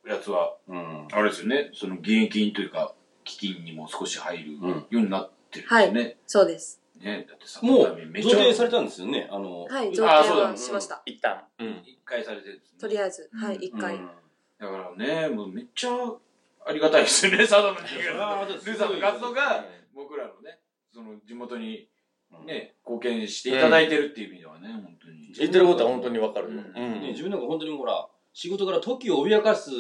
[SPEAKER 1] やつは
[SPEAKER 3] うん。
[SPEAKER 1] あれですよねその現役というか基金にも少し入る
[SPEAKER 3] うん
[SPEAKER 1] ようになってるんですよね,、
[SPEAKER 4] そうです。
[SPEAKER 1] ねだってさ
[SPEAKER 3] も
[SPEAKER 1] ため
[SPEAKER 3] う、
[SPEAKER 1] めっ
[SPEAKER 3] 贈
[SPEAKER 1] ちゃ
[SPEAKER 3] 呈されたんですよね。あの、
[SPEAKER 4] はい。
[SPEAKER 1] あ
[SPEAKER 4] 贈呈
[SPEAKER 1] そうだ
[SPEAKER 4] は
[SPEAKER 1] ね
[SPEAKER 4] しました。
[SPEAKER 2] 一旦。うん。
[SPEAKER 1] 一回されてるんですね
[SPEAKER 4] とりあえず、は
[SPEAKER 1] う
[SPEAKER 4] い。
[SPEAKER 1] ん
[SPEAKER 4] 一回。
[SPEAKER 3] うん
[SPEAKER 1] だからねもうめっちゃありがたいですよね 佐渡の人
[SPEAKER 3] いやそれは
[SPEAKER 1] 間
[SPEAKER 3] ま
[SPEAKER 1] ル
[SPEAKER 3] たすごい
[SPEAKER 1] ーさんの活動
[SPEAKER 2] が
[SPEAKER 1] が僕らのねその地元にね貢献していただいてるっていう意味ではね本当に
[SPEAKER 2] 言ってることは本当にわかるよ。
[SPEAKER 1] うん
[SPEAKER 2] うん
[SPEAKER 3] ね、自分なんか本当にほら、仕事から時を脅かす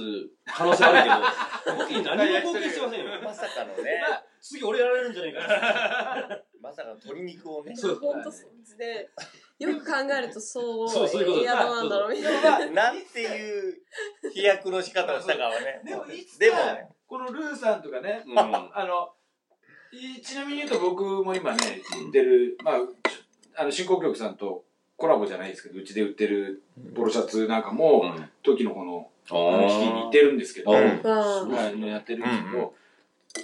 [SPEAKER 3] 可能性あるけ ど、時に何も貢献してませんよ。
[SPEAKER 2] まさかのね、
[SPEAKER 3] 次俺やられるんじゃないか
[SPEAKER 2] まさかの鶏肉をね。
[SPEAKER 3] そう
[SPEAKER 4] 本当そうですね。よく考えるとそう、
[SPEAKER 3] そうそういうこと
[SPEAKER 4] いや、どうなんだろうみたいな。
[SPEAKER 2] なんていう飛躍の仕方をしたかはね。
[SPEAKER 1] でもいつか
[SPEAKER 2] でもね
[SPEAKER 1] このルーさんとかね
[SPEAKER 3] な。
[SPEAKER 1] あの、いちなみに言うと僕も今ね、売ってる、まあ、あの、新興局さんとコラボじゃないですけど、うちで売ってるポロシャツなんか
[SPEAKER 3] う
[SPEAKER 1] も、
[SPEAKER 3] ん。
[SPEAKER 1] 時のこの、あ
[SPEAKER 3] お
[SPEAKER 1] の、機器に似てるんですけど、
[SPEAKER 2] う
[SPEAKER 1] は
[SPEAKER 2] ん
[SPEAKER 1] い
[SPEAKER 4] わあ。
[SPEAKER 1] やってるんですけど、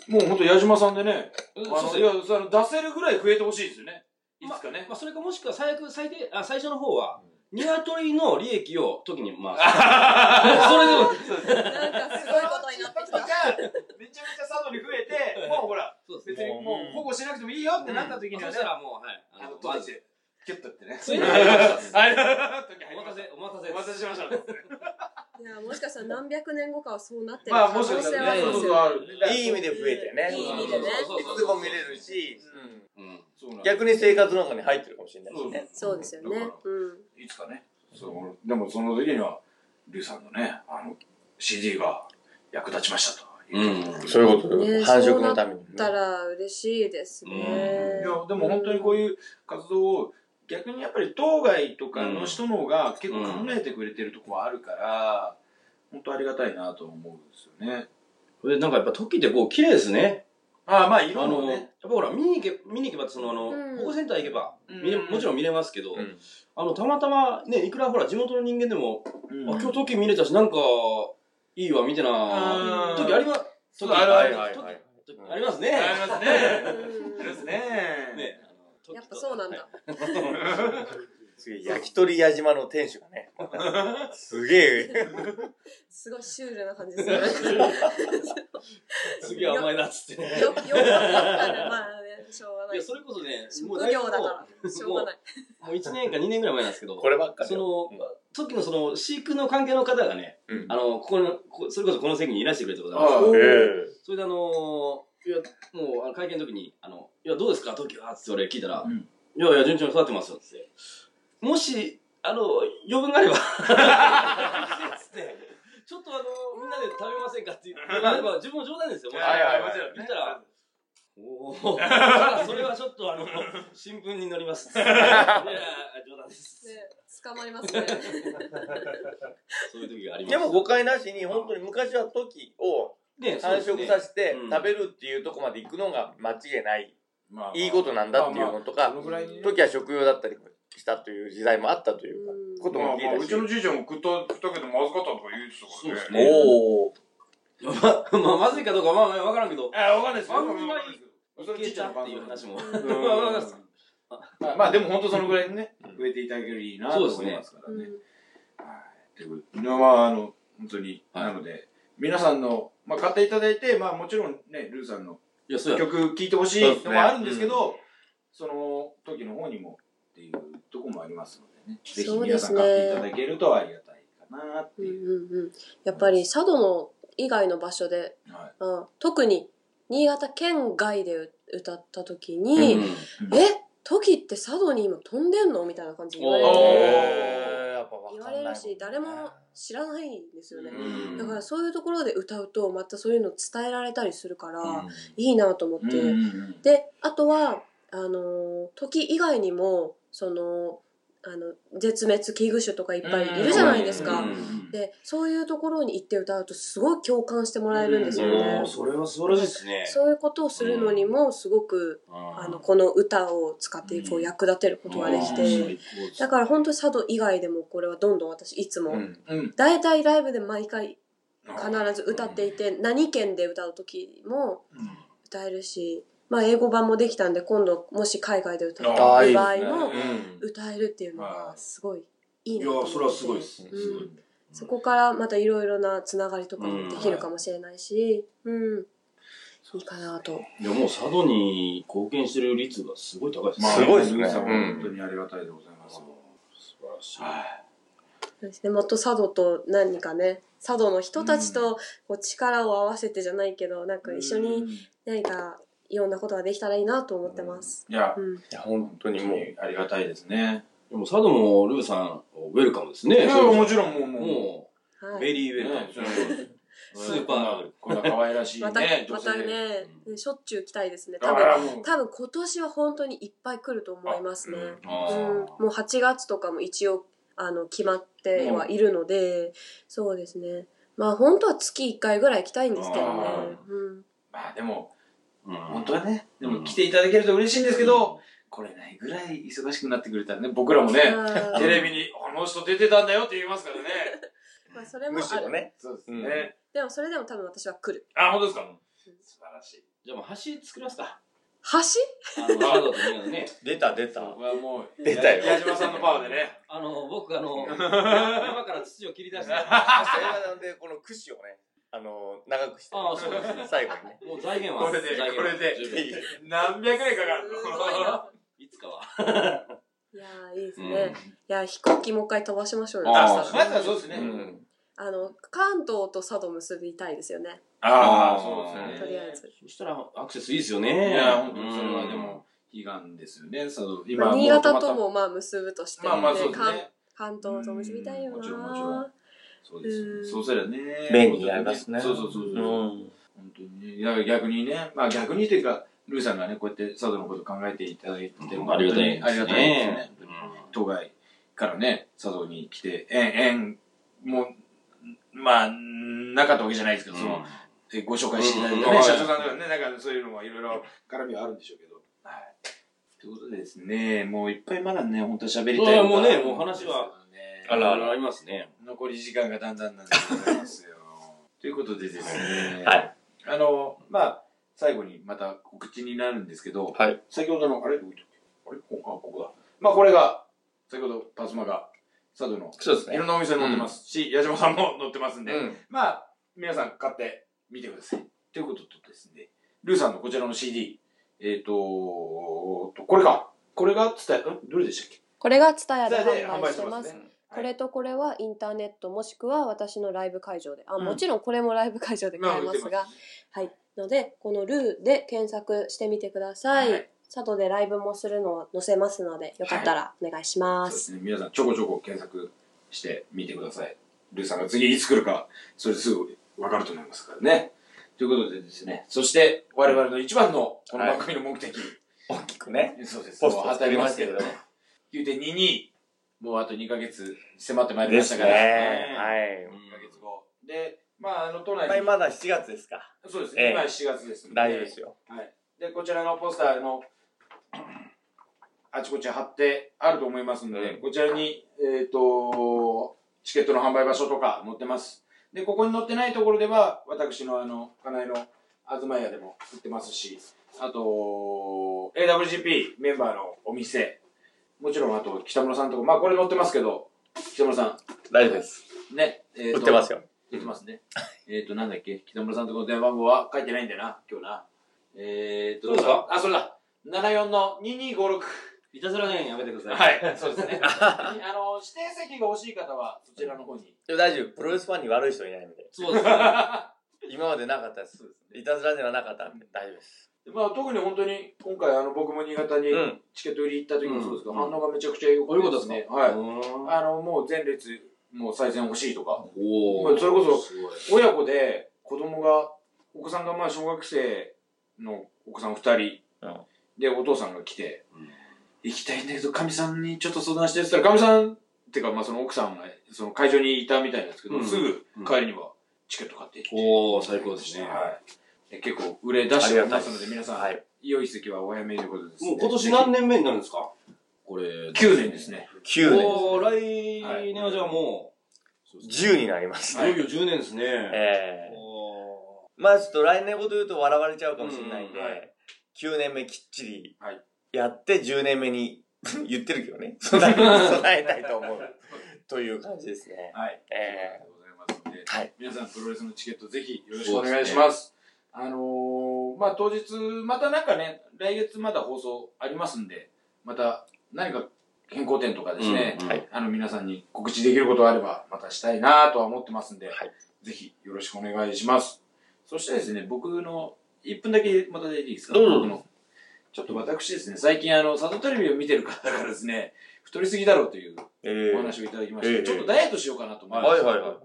[SPEAKER 1] もう本当矢島さんでね、あ
[SPEAKER 3] そう
[SPEAKER 1] の、
[SPEAKER 3] そう
[SPEAKER 1] いや、その出せるぐらい増えてほしいですよね。いつかね
[SPEAKER 3] ま。あ、それかもしくは最悪、最低、あ、最初の方は、鶏の利益を時に、まあ、それでも、
[SPEAKER 4] なんかすごいことになってきた。
[SPEAKER 1] めちゃめちゃ佐渡に増えて、もうほら、
[SPEAKER 3] そう
[SPEAKER 1] 別
[SPEAKER 3] です
[SPEAKER 1] に
[SPEAKER 3] ね。
[SPEAKER 1] もう保護しなくてもいいよってなった時には
[SPEAKER 3] そ
[SPEAKER 1] ね
[SPEAKER 3] し、たらもう、はい。
[SPEAKER 1] あの、
[SPEAKER 3] ま
[SPEAKER 1] 閉
[SPEAKER 3] ず
[SPEAKER 1] じて、キュッとってね。
[SPEAKER 3] ついに入りました
[SPEAKER 1] はい、
[SPEAKER 3] お待たせ、お待たせ。
[SPEAKER 1] お待たせしました。
[SPEAKER 4] いや、もしかしたら何百年後かはそうなってる
[SPEAKER 1] まあ、
[SPEAKER 4] 可
[SPEAKER 1] も
[SPEAKER 4] 能
[SPEAKER 1] しかした
[SPEAKER 4] 性は
[SPEAKER 1] ら
[SPEAKER 4] あ
[SPEAKER 1] ね、そう
[SPEAKER 4] りま
[SPEAKER 1] そ
[SPEAKER 4] す
[SPEAKER 1] う
[SPEAKER 4] よ。
[SPEAKER 1] ある。
[SPEAKER 2] いい意味で増えてね。
[SPEAKER 4] いい意味でね
[SPEAKER 2] いつでも見れるし、
[SPEAKER 3] うん。
[SPEAKER 1] そうなんです
[SPEAKER 2] 逆に生活の中に入ってるかもしれないしね。
[SPEAKER 4] そうですよね
[SPEAKER 1] だか。
[SPEAKER 4] うん。
[SPEAKER 1] らいつかね。そうでも、その時には、リュウさんのね、あの、CD が役立ちましたと。
[SPEAKER 3] うん
[SPEAKER 2] そういうこと
[SPEAKER 4] ね
[SPEAKER 2] よ。繁殖のためにね。
[SPEAKER 4] だったら嬉しいですね。
[SPEAKER 1] いや、でも本当にこう
[SPEAKER 4] う
[SPEAKER 1] いう活動を、逆にやっぱり当該とかの人の方が結構考えてくれてるとこはあるから、本当ありがたいなと思うんですよね。
[SPEAKER 3] これなんかやっぱ時ってこう、綺麗ですね。
[SPEAKER 1] ああ、まあ、
[SPEAKER 3] あ
[SPEAKER 1] 色
[SPEAKER 3] の、
[SPEAKER 1] も
[SPEAKER 3] やっ
[SPEAKER 1] ね。
[SPEAKER 3] ぱほら、見に行け、見に行けば、その、あの、
[SPEAKER 4] うん
[SPEAKER 3] 保護センター行けば、見れもちろん見れますけど、
[SPEAKER 2] うん
[SPEAKER 3] あの、たまたまね、いくらほら、地元の人間でも、
[SPEAKER 1] うん、
[SPEAKER 3] あ、今日時見れたし、なんか、いいわ、見てな
[SPEAKER 1] あー
[SPEAKER 3] 時あります、
[SPEAKER 1] そう
[SPEAKER 3] 時
[SPEAKER 1] あるある
[SPEAKER 2] はいはいはい
[SPEAKER 3] 時
[SPEAKER 2] うん
[SPEAKER 3] ありますね。
[SPEAKER 1] ありますね。ありま
[SPEAKER 4] ん
[SPEAKER 1] すね。
[SPEAKER 3] ね
[SPEAKER 4] やっぱそうなん。だ。
[SPEAKER 2] 次、焼き鳥矢島の店主がね。すげえ。
[SPEAKER 4] すごいシュールな感じですよね。
[SPEAKER 3] すげえ甘いなっつって。
[SPEAKER 4] よ、よくわかる。まあね、しょうがないい
[SPEAKER 3] や、。それこそね、もう
[SPEAKER 4] 職
[SPEAKER 3] だい
[SPEAKER 4] 業
[SPEAKER 3] ぶも
[SPEAKER 4] だから、しょうがない。
[SPEAKER 3] う、もう1年か2年ぐらい前なんですけど、
[SPEAKER 2] こればっかり。
[SPEAKER 3] その
[SPEAKER 2] う、
[SPEAKER 3] 時のその、飼育の関係の方がね、
[SPEAKER 2] うん
[SPEAKER 3] あの、ここの、こそれこそこの席にいらしてくれたことがあるんですけど
[SPEAKER 1] ああ
[SPEAKER 2] え
[SPEAKER 3] それであのー、いや、もうあの会見の時に、あの、いや、どうですか、東京はっつって俺聞いたら、
[SPEAKER 1] うん
[SPEAKER 3] いやいや、順調に育ってますよっつって。もし、あの、余分があれば、つ って、ちょっとあの、みんなで食べませんかって言って、あれば、自分も冗談ですよ、もちろん
[SPEAKER 2] はいはいはい
[SPEAKER 3] もちろん言ったら、おーそれはちょっとあの、新聞に載りますっつって。いや、冗談です。
[SPEAKER 4] ね、捕まりますね。
[SPEAKER 3] そういう時があります。
[SPEAKER 2] でも誤解なしに、本当に昔は時を
[SPEAKER 3] ね、
[SPEAKER 2] 繁
[SPEAKER 3] そうで
[SPEAKER 2] 殖
[SPEAKER 3] すね
[SPEAKER 2] させて
[SPEAKER 3] うん
[SPEAKER 2] 食べるっていうとこまで行くのが間違いない、
[SPEAKER 1] まあまあ
[SPEAKER 2] いいことなんだっていうのと
[SPEAKER 1] まあまあそ
[SPEAKER 2] か、
[SPEAKER 1] のぐらいにね
[SPEAKER 2] 時は食用だったりしたという時代もあったというか
[SPEAKER 4] うん
[SPEAKER 2] こと
[SPEAKER 1] まあ
[SPEAKER 2] も
[SPEAKER 1] まあ、
[SPEAKER 2] 聞
[SPEAKER 1] う
[SPEAKER 2] い
[SPEAKER 1] ちの
[SPEAKER 2] たし。
[SPEAKER 1] じいちゃんも食った食ったけどまずかったとか言うてたからね。
[SPEAKER 3] そうですね
[SPEAKER 2] おお。
[SPEAKER 3] まあ、まあ、まずいかどうかは、まあ、まあわからんけど、
[SPEAKER 1] あ、わかんないですよ。
[SPEAKER 3] あんまり
[SPEAKER 1] それちっちゃな感
[SPEAKER 3] っていう話
[SPEAKER 1] 想
[SPEAKER 3] も。
[SPEAKER 1] うん
[SPEAKER 3] まあまあまあ
[SPEAKER 1] まあまあ、でも本当そのぐらいにね、増えていただけるといいなと思いますから
[SPEAKER 4] う
[SPEAKER 1] ね。
[SPEAKER 4] ん
[SPEAKER 1] はい。ということで、まあ、あの、本当に、
[SPEAKER 3] はい
[SPEAKER 1] なので、皆さんの、まあ、買っていただいて、まあ、もちろんね、ルーさんの
[SPEAKER 3] いや、そうや。
[SPEAKER 1] 曲聴いてほし
[SPEAKER 2] そうで
[SPEAKER 1] い
[SPEAKER 2] す
[SPEAKER 1] の
[SPEAKER 2] ね
[SPEAKER 1] もあるんですけど、その時の方にもっていうとこもありますのでね、ぜひ
[SPEAKER 4] そう
[SPEAKER 1] 皆
[SPEAKER 4] で
[SPEAKER 1] さ
[SPEAKER 4] す
[SPEAKER 1] ん
[SPEAKER 4] ね
[SPEAKER 1] 買っていただけるとありがたいかなって
[SPEAKER 4] うんう
[SPEAKER 1] いう。
[SPEAKER 4] んうん、やっぱり佐渡の以外の場所で、
[SPEAKER 1] はい
[SPEAKER 4] うん、特に新潟県外で歌った時に
[SPEAKER 3] う
[SPEAKER 4] 「
[SPEAKER 3] ん
[SPEAKER 4] え時って佐渡に今飛んでんの?」みたいな感じで言われ
[SPEAKER 1] お
[SPEAKER 4] て
[SPEAKER 2] えーやっぱ分
[SPEAKER 4] 言
[SPEAKER 2] か
[SPEAKER 4] わ
[SPEAKER 2] んないもん
[SPEAKER 4] れ
[SPEAKER 2] ね
[SPEAKER 4] るし誰も知らないんですよね、
[SPEAKER 3] うん
[SPEAKER 4] だからそういうところで歌うとまたそういうの伝えられたりするから、
[SPEAKER 1] うん
[SPEAKER 4] いいなと思って、
[SPEAKER 1] うんうん
[SPEAKER 4] であとはあのー時以外にもそのあの絶滅危惧種とかいっぱいいるじゃないですか、
[SPEAKER 3] うん
[SPEAKER 4] でそういうところに行って歌うとすごい共感してもらえるんですよね、
[SPEAKER 3] うんそれは素晴らしいですね。
[SPEAKER 4] そういうことをするのにもすごく、あのこの歌を使って
[SPEAKER 1] う
[SPEAKER 4] こうん役立てることができて、だから本当に佐渡以外でもこれはどんどん私いつも、
[SPEAKER 2] うん
[SPEAKER 1] うん
[SPEAKER 4] だいたいライブで毎回必
[SPEAKER 1] あ
[SPEAKER 4] ず歌っていて、何県で歌う時も
[SPEAKER 1] うん
[SPEAKER 4] 歌えるし、まあ、英語版もできたんで今度もし海外で歌う
[SPEAKER 2] あーいい
[SPEAKER 4] 場
[SPEAKER 2] です
[SPEAKER 4] 合
[SPEAKER 2] ね
[SPEAKER 4] も
[SPEAKER 2] うん
[SPEAKER 4] 歌えるっていうのがすごいいい
[SPEAKER 3] い
[SPEAKER 4] な
[SPEAKER 3] や
[SPEAKER 4] と思って
[SPEAKER 3] それはすごいです。
[SPEAKER 4] うんそこからまたいろいろなつながりとかもできるかもしれないし、うん、いいかなと。
[SPEAKER 3] いや、もう佐渡に貢献してる率がすごい高いです
[SPEAKER 2] まあすごいですね
[SPEAKER 1] ルーさん
[SPEAKER 2] うん
[SPEAKER 1] 本当にありがたいでございます。
[SPEAKER 3] 素晴らしい。
[SPEAKER 1] はい
[SPEAKER 4] そうですね、もっと佐渡と何かね、佐渡の人たちとこう力を合わせてじゃないけど、なんか一緒
[SPEAKER 1] う
[SPEAKER 4] に
[SPEAKER 1] んい
[SPEAKER 4] 何かいろんなことができたらいいなと思ってます。
[SPEAKER 1] や
[SPEAKER 4] うん。
[SPEAKER 2] いや本当にもう
[SPEAKER 1] ありがたいですね。
[SPEAKER 3] でも佐渡もルーさん、ウェルカムですね。
[SPEAKER 1] いやもちろんもうもう
[SPEAKER 3] もう、
[SPEAKER 4] は
[SPEAKER 3] ベ
[SPEAKER 4] い。
[SPEAKER 3] リーウェルカ
[SPEAKER 1] ね
[SPEAKER 3] ム。
[SPEAKER 1] ス
[SPEAKER 3] ス
[SPEAKER 1] ー
[SPEAKER 3] ー
[SPEAKER 1] パ
[SPEAKER 3] パ
[SPEAKER 1] ー
[SPEAKER 3] ー
[SPEAKER 1] こんな可愛らしいね
[SPEAKER 4] また、ま
[SPEAKER 1] 女
[SPEAKER 4] た
[SPEAKER 1] 性
[SPEAKER 4] ね、しょっちゅう来たいですね。多
[SPEAKER 1] あ
[SPEAKER 4] 分、
[SPEAKER 1] らもう
[SPEAKER 4] 多分今年は本当にいっぱい来ると思いますね。
[SPEAKER 1] あ
[SPEAKER 4] う
[SPEAKER 1] ー
[SPEAKER 4] ん、もう8月とかも一応あの決まってはいるので、そうですねまあ本当は月1回ぐらい行きたいんですけどね
[SPEAKER 1] あ
[SPEAKER 3] ー、
[SPEAKER 4] うん、
[SPEAKER 1] まあでも
[SPEAKER 3] 本
[SPEAKER 1] 本当はねで
[SPEAKER 3] う
[SPEAKER 1] も
[SPEAKER 3] ん
[SPEAKER 1] 来ていただけると嬉しいんですけど来れないぐらい忙しくなってくれたらね僕らもね
[SPEAKER 4] あ
[SPEAKER 1] テ
[SPEAKER 4] ー
[SPEAKER 1] レビに「あの人出てたんだよ」って言いますからね
[SPEAKER 4] まあそれも
[SPEAKER 2] むし
[SPEAKER 4] あ
[SPEAKER 2] ろ
[SPEAKER 4] る
[SPEAKER 2] ね
[SPEAKER 1] そうです
[SPEAKER 2] ね
[SPEAKER 1] ね
[SPEAKER 4] でもそれでも多分私は来る
[SPEAKER 1] あ本当ですか素晴らしい
[SPEAKER 3] じゃあもう橋作りますか。
[SPEAKER 4] 橋
[SPEAKER 3] あの、佐渡とみんなでね。
[SPEAKER 2] 出た出た
[SPEAKER 1] これはもう
[SPEAKER 2] 出たよ
[SPEAKER 1] 矢島さんのパワーで ね
[SPEAKER 3] あの、僕、あの、山から土を切り出して、も
[SPEAKER 2] それはなんでこの串をねあの長くして
[SPEAKER 3] あーそうですね
[SPEAKER 2] 最後にね
[SPEAKER 3] う財源は、
[SPEAKER 1] これで
[SPEAKER 3] 財源は
[SPEAKER 1] これで
[SPEAKER 3] 十分
[SPEAKER 1] 何百円かかる
[SPEAKER 4] すごいない
[SPEAKER 3] つかは。
[SPEAKER 4] いやーいいですね、
[SPEAKER 3] うん
[SPEAKER 4] いやー飛行機もう一回飛ばしましょうよ
[SPEAKER 1] あ
[SPEAKER 4] そ
[SPEAKER 1] あ
[SPEAKER 4] し
[SPEAKER 1] そ
[SPEAKER 4] た
[SPEAKER 1] うま
[SPEAKER 4] ら
[SPEAKER 1] ずはそうですね
[SPEAKER 2] うん
[SPEAKER 4] あの関東と佐渡結びたいですよね
[SPEAKER 1] ああ
[SPEAKER 3] あー
[SPEAKER 1] そう
[SPEAKER 4] と
[SPEAKER 1] です
[SPEAKER 4] り
[SPEAKER 1] ね
[SPEAKER 4] あえず、
[SPEAKER 3] そしたらアクセスいいですよ
[SPEAKER 1] い
[SPEAKER 3] ね。
[SPEAKER 1] や本当にそれはでも悲願ですよねその
[SPEAKER 4] まあ
[SPEAKER 1] もう
[SPEAKER 4] 新潟ともまあ結ぶとして、
[SPEAKER 1] まあまあそうです
[SPEAKER 4] 関
[SPEAKER 1] ね
[SPEAKER 4] 関東と結びたいよな
[SPEAKER 1] うんもちろんもちろんそうですよ
[SPEAKER 4] う
[SPEAKER 1] ね。
[SPEAKER 4] ん
[SPEAKER 1] そうすりゃね。
[SPEAKER 2] 便利になりますね
[SPEAKER 1] そうそうそうそう。
[SPEAKER 2] うん
[SPEAKER 1] 本当にね。だから逆にね、まあ逆にというか、ルーさんがね、こうやって佐渡のこと考えていただいてて、
[SPEAKER 3] うんありがたいですね
[SPEAKER 1] ありがたいですね。
[SPEAKER 3] うん
[SPEAKER 1] 当該からね、佐渡に来て、縁、縁も、まあ、なかったわけじゃないですけど、その、えご紹介していただいた
[SPEAKER 3] うんう
[SPEAKER 1] ね、
[SPEAKER 3] ん
[SPEAKER 1] 社長さんとかね、なんかそういうのはいろいろ絡みはあるんでしょうけど。はい。ということでですね、もういっぱいまだね、本当は喋りたいことがあるんですけど
[SPEAKER 3] そうもうねもう話は。
[SPEAKER 1] ね
[SPEAKER 3] あらあら、ありますね。
[SPEAKER 1] 残り時間がだんだんなんでございますよ。 ということでですね、
[SPEAKER 2] はい
[SPEAKER 1] あの、まあ、最後にまた告知になるんですけど、
[SPEAKER 2] はい
[SPEAKER 1] 先ほどの、あれどこ行ったっけあれここあ、ここだ。まあ、これが、先ほどパスマが、佐渡の、
[SPEAKER 2] そうです
[SPEAKER 1] い
[SPEAKER 2] ね
[SPEAKER 1] ろんなお店に載ってますし、矢島さんも載ってますんで、
[SPEAKER 2] うん
[SPEAKER 1] まあ、皆さん買ってみてください。ということとですね、ルーさんのこちらの CD、えっ、とこれか。これが伝え、んどれでしたっけ
[SPEAKER 4] これが蔦屋で
[SPEAKER 1] 伝えで
[SPEAKER 4] 販売してます
[SPEAKER 1] ね。
[SPEAKER 4] これとこれはインターネットもしくは私のライブ会場であ、
[SPEAKER 1] うん
[SPEAKER 4] もちろんこれもライブ会場で買えますが、
[SPEAKER 1] まあ売って
[SPEAKER 4] はいのでこの「ルー」で検索してみてください、
[SPEAKER 1] はい
[SPEAKER 4] 佐渡でライブもするのを載せますのでよかったらお願いしま、
[SPEAKER 1] そうですすね。皆さん、ちょこちょこ検索してみてください。ルーさんが次いつ来るか、それすぐ分かると思いますからね。ということでですね、そして、我々の一番の、この番組の目的、
[SPEAKER 2] 大きくね
[SPEAKER 1] そうです。
[SPEAKER 2] ポスト
[SPEAKER 1] もう
[SPEAKER 2] 作りましたけど
[SPEAKER 1] 当たりますけどね。9.22、もうあと2ヶ月迫ってまいり
[SPEAKER 2] で
[SPEAKER 1] ました
[SPEAKER 2] す
[SPEAKER 1] か
[SPEAKER 2] ね
[SPEAKER 1] ら。
[SPEAKER 2] はい
[SPEAKER 1] 2ヶ月後。で、まあ、あの、都
[SPEAKER 2] いっ
[SPEAKER 1] 内
[SPEAKER 2] ぱい
[SPEAKER 1] に、
[SPEAKER 2] まだ7月ですか
[SPEAKER 1] そうです
[SPEAKER 2] え
[SPEAKER 1] ね、
[SPEAKER 2] え
[SPEAKER 1] 今7月ですので。
[SPEAKER 2] 大丈夫ですよ
[SPEAKER 1] はい。で、こちらのポスターの、 あちこち貼ってあると思いますので、
[SPEAKER 2] うん
[SPEAKER 1] こちらに、えっ、と、チケットの販売場所とか載ってます。で、ここに載ってないところでは、私のあの、金井の東屋でも売ってますし、あと、AWGP メンバーのお店、もちろんあと北村さんとか、まあこれ載ってますけど、北村さ
[SPEAKER 2] 大丈夫です
[SPEAKER 1] ん、ね、えーと
[SPEAKER 2] 売ってますよ
[SPEAKER 1] 言ってますね。えっと、なんだっけ北村さんとこの電話番号は書いてないんだよな、今日な。えっと、
[SPEAKER 3] そうですか
[SPEAKER 1] あ、それだ。74の2256。
[SPEAKER 3] いたずらねやめてください。
[SPEAKER 1] はい、 そうですね。あの、指定席が欲しい方は、そちらの方に。
[SPEAKER 2] でも大丈夫。プロレスファンに悪い人いないので。
[SPEAKER 3] そうですね。は
[SPEAKER 2] 今までなかったです。いたずらではなかったんで大丈夫です。
[SPEAKER 1] まあ、特に本当に、今回、あの、僕も新潟に
[SPEAKER 2] うん
[SPEAKER 1] チケット売り行った時もそうですけど、
[SPEAKER 3] うん
[SPEAKER 1] 反応がめちゃくちゃ良かったですね。はい。
[SPEAKER 3] い。
[SPEAKER 1] あの、もう前列、もう再選欲しいとか。
[SPEAKER 3] お
[SPEAKER 1] まあそれこそ
[SPEAKER 3] すごい
[SPEAKER 1] 親子で、子供が、お子さんがまあ、小学生のお子さん二人、
[SPEAKER 2] うん
[SPEAKER 1] で、お父さんが来て、
[SPEAKER 3] うん
[SPEAKER 1] 行きたいんだけど、かみさんにちょっと相談してって言ったら、かみさん、っていうか、まあ、その奥さんが、その会場にいたみたいなんですけど、
[SPEAKER 3] うん
[SPEAKER 1] すぐ帰りには、チケット買って行って。
[SPEAKER 3] おー、最高ですね。
[SPEAKER 1] はい。で結構売れ出しておりますので、皆さん、
[SPEAKER 2] はい。
[SPEAKER 1] 良い席はお早めということです、
[SPEAKER 3] もう今年
[SPEAKER 1] 年
[SPEAKER 3] 何年目になるんですかこれ。
[SPEAKER 1] ?9 年です。ね。
[SPEAKER 2] 9年
[SPEAKER 3] おー、
[SPEAKER 1] はい
[SPEAKER 3] 来年はじゃあもう、
[SPEAKER 2] です。10になります
[SPEAKER 3] い
[SPEAKER 2] ね。
[SPEAKER 3] よいよ10年ですね。
[SPEAKER 2] ええ
[SPEAKER 3] お
[SPEAKER 2] まあちょっと来年のこと言うと笑われちゃうかもしれないんで、
[SPEAKER 1] うんはい
[SPEAKER 2] 9年目きっちり
[SPEAKER 1] はい
[SPEAKER 2] やって10年目に 言ってるけど ね、備え備えたいと思う。 という感じですね。
[SPEAKER 1] はい。
[SPEAKER 2] え
[SPEAKER 1] ありが
[SPEAKER 2] え
[SPEAKER 1] とうございますので、
[SPEAKER 2] はい
[SPEAKER 1] 皆さんプロレスのチケットぜひよろしくお願いします。あのー、まあ当日、またなんかね、来月まだ放送ありますんで、また何か変更点とか
[SPEAKER 3] ー
[SPEAKER 1] ですね、
[SPEAKER 3] うんうん
[SPEAKER 2] はい
[SPEAKER 1] あの皆さんに告知できることあれば、またしたいなとは思ってますんで、
[SPEAKER 2] はい
[SPEAKER 1] ぜひよろしくお願いします。そしてですね、僕の、1分だけまたでいいですか
[SPEAKER 3] どうぞ
[SPEAKER 1] 僕のちょっと私ですね、最近あの、サドテレビを見てる方からですね、太りすぎだろうという
[SPEAKER 2] え
[SPEAKER 1] お
[SPEAKER 2] ー
[SPEAKER 1] 話をいただきまして、
[SPEAKER 2] ええ
[SPEAKER 1] ちょっとダイエットしようかなと思いま
[SPEAKER 2] は
[SPEAKER 1] し
[SPEAKER 2] い
[SPEAKER 1] た。
[SPEAKER 2] はいはい。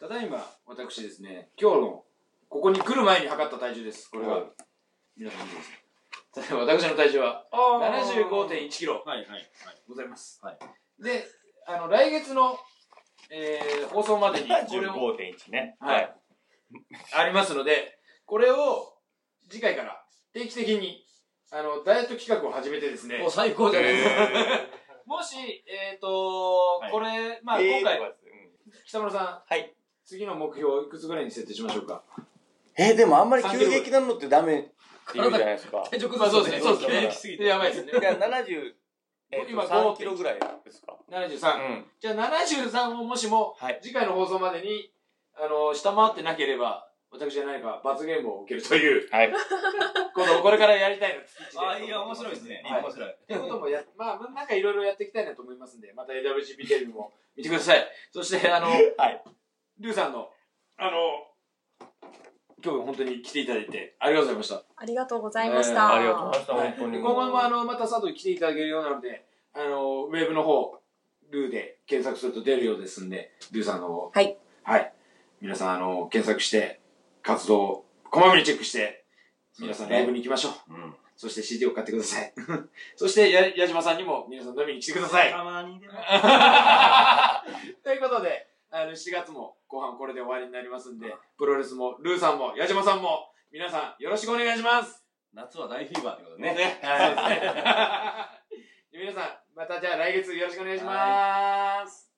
[SPEAKER 1] ただいま、私ですね、今日の、ここに来る前に測った体重です。これが、
[SPEAKER 3] はい
[SPEAKER 1] 皆さん見てください。ただいま私の体重は75.1キロ。
[SPEAKER 3] はいはいはい。
[SPEAKER 1] ございます。
[SPEAKER 3] はい
[SPEAKER 1] で、あの、来月の、えー放送までに、これを、
[SPEAKER 2] 75.1ね。
[SPEAKER 1] はい。ありますので、これを、次回から、定期的に、あの、ダイエット企画を始めてですね
[SPEAKER 3] お、最高じゃないですか。
[SPEAKER 1] もし、えっ、と、
[SPEAKER 3] はい
[SPEAKER 1] これ、ま
[SPEAKER 2] ま
[SPEAKER 1] あ、
[SPEAKER 2] あ
[SPEAKER 1] 今
[SPEAKER 2] 今
[SPEAKER 1] 回
[SPEAKER 2] 回
[SPEAKER 1] は、
[SPEAKER 2] は、
[SPEAKER 1] 北村さん、
[SPEAKER 2] はい。
[SPEAKER 1] 次の目標、いくつぐらいに設定しましょうか。
[SPEAKER 2] えーでもあんまり急激なのってダメって言うじゃないですか。
[SPEAKER 3] 体調
[SPEAKER 1] ま
[SPEAKER 3] 崩
[SPEAKER 1] あ、そうですね、そうです
[SPEAKER 2] そう
[SPEAKER 1] ね。
[SPEAKER 2] です
[SPEAKER 1] すぎて。やばいですね。
[SPEAKER 2] いや、70、えー、
[SPEAKER 1] 今
[SPEAKER 2] と3キロぐらいですか。う
[SPEAKER 1] 73。
[SPEAKER 2] ん。
[SPEAKER 1] じゃあ、73をもしも、
[SPEAKER 2] はい。
[SPEAKER 1] 次回の放送までに、あの、下回ってなければ、私じゃないか、罰ゲームを受けるという、
[SPEAKER 2] はい。
[SPEAKER 1] ことをこれからやりたいな、月一
[SPEAKER 3] あー、いや、面白いですね。
[SPEAKER 1] はい
[SPEAKER 3] 面白い。
[SPEAKER 1] ってこともや、まあ、なんかいろいろやっていきたいなと思いますんで、また AWGP テレビも見てください。そして、あの、
[SPEAKER 2] はい。
[SPEAKER 1] ルーさんの、あの、今日本当に来ていただいて、ありがとうございまし
[SPEAKER 4] ありがとうございまし
[SPEAKER 1] あ。
[SPEAKER 4] た。
[SPEAKER 2] ありがとうございましたた、
[SPEAKER 1] はい
[SPEAKER 2] 本当に。
[SPEAKER 1] 今後も、あの、また佐藤来ていただけるようなので、あの、ウェブの方、ルーで検索すると出るようですんで、ルーさんの方、
[SPEAKER 4] はい。
[SPEAKER 1] はい。皆さん、あの、検索して、活動をこまめにチェックして、皆さんライブに行きましょう。
[SPEAKER 3] うん。
[SPEAKER 1] そして CD を買ってください。 そして、や、矢島さんにも皆さん飲みに来てくだ さい。
[SPEAKER 3] たまにでも
[SPEAKER 1] ということで、あの、7月も後半これで終わりになりますんで、プロレスも、ルーさんも、矢島さんも、皆さんよろしくお願いします。
[SPEAKER 3] 夏は大フィーバーってこと
[SPEAKER 1] ね。
[SPEAKER 3] ね。
[SPEAKER 1] はい。皆さん、またじゃあ来月よろしくお願いします。